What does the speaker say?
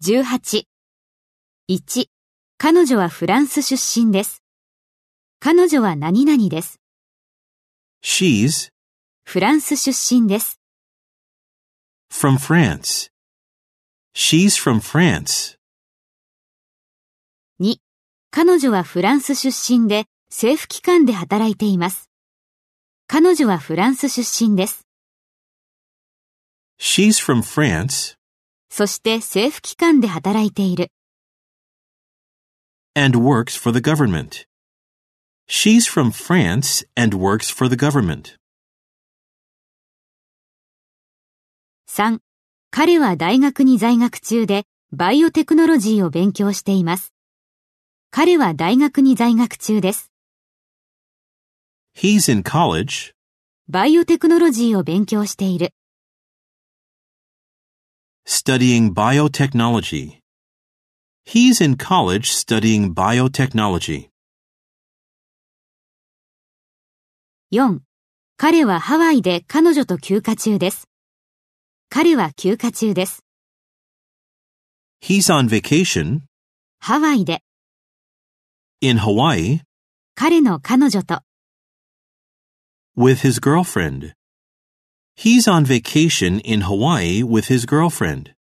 18。1、彼女はフランス出身です。彼女は何々です。 She's フランス出身です。 from France. She's from France. 2、彼女はフランス出身で政府機関で働いています。彼女はフランス出身です。 She's from France そして政府機関で働いている。 and works for the government. She's from France and works for the government. 3、彼は大学に在学中でバイオテクノロジーを勉強しています。彼は大学に在学中です。 He's in college バイオテクノロジーを勉強している。 studying biotechnology. He's in college studying biotechnology. 4. 彼はハワイで彼女と休暇中です。彼は休暇中です。 He's on vacation ハワイで、 in Hawaii 彼の彼女と、 with his girlfriend. He's on vacation in Hawaii with his girlfriend.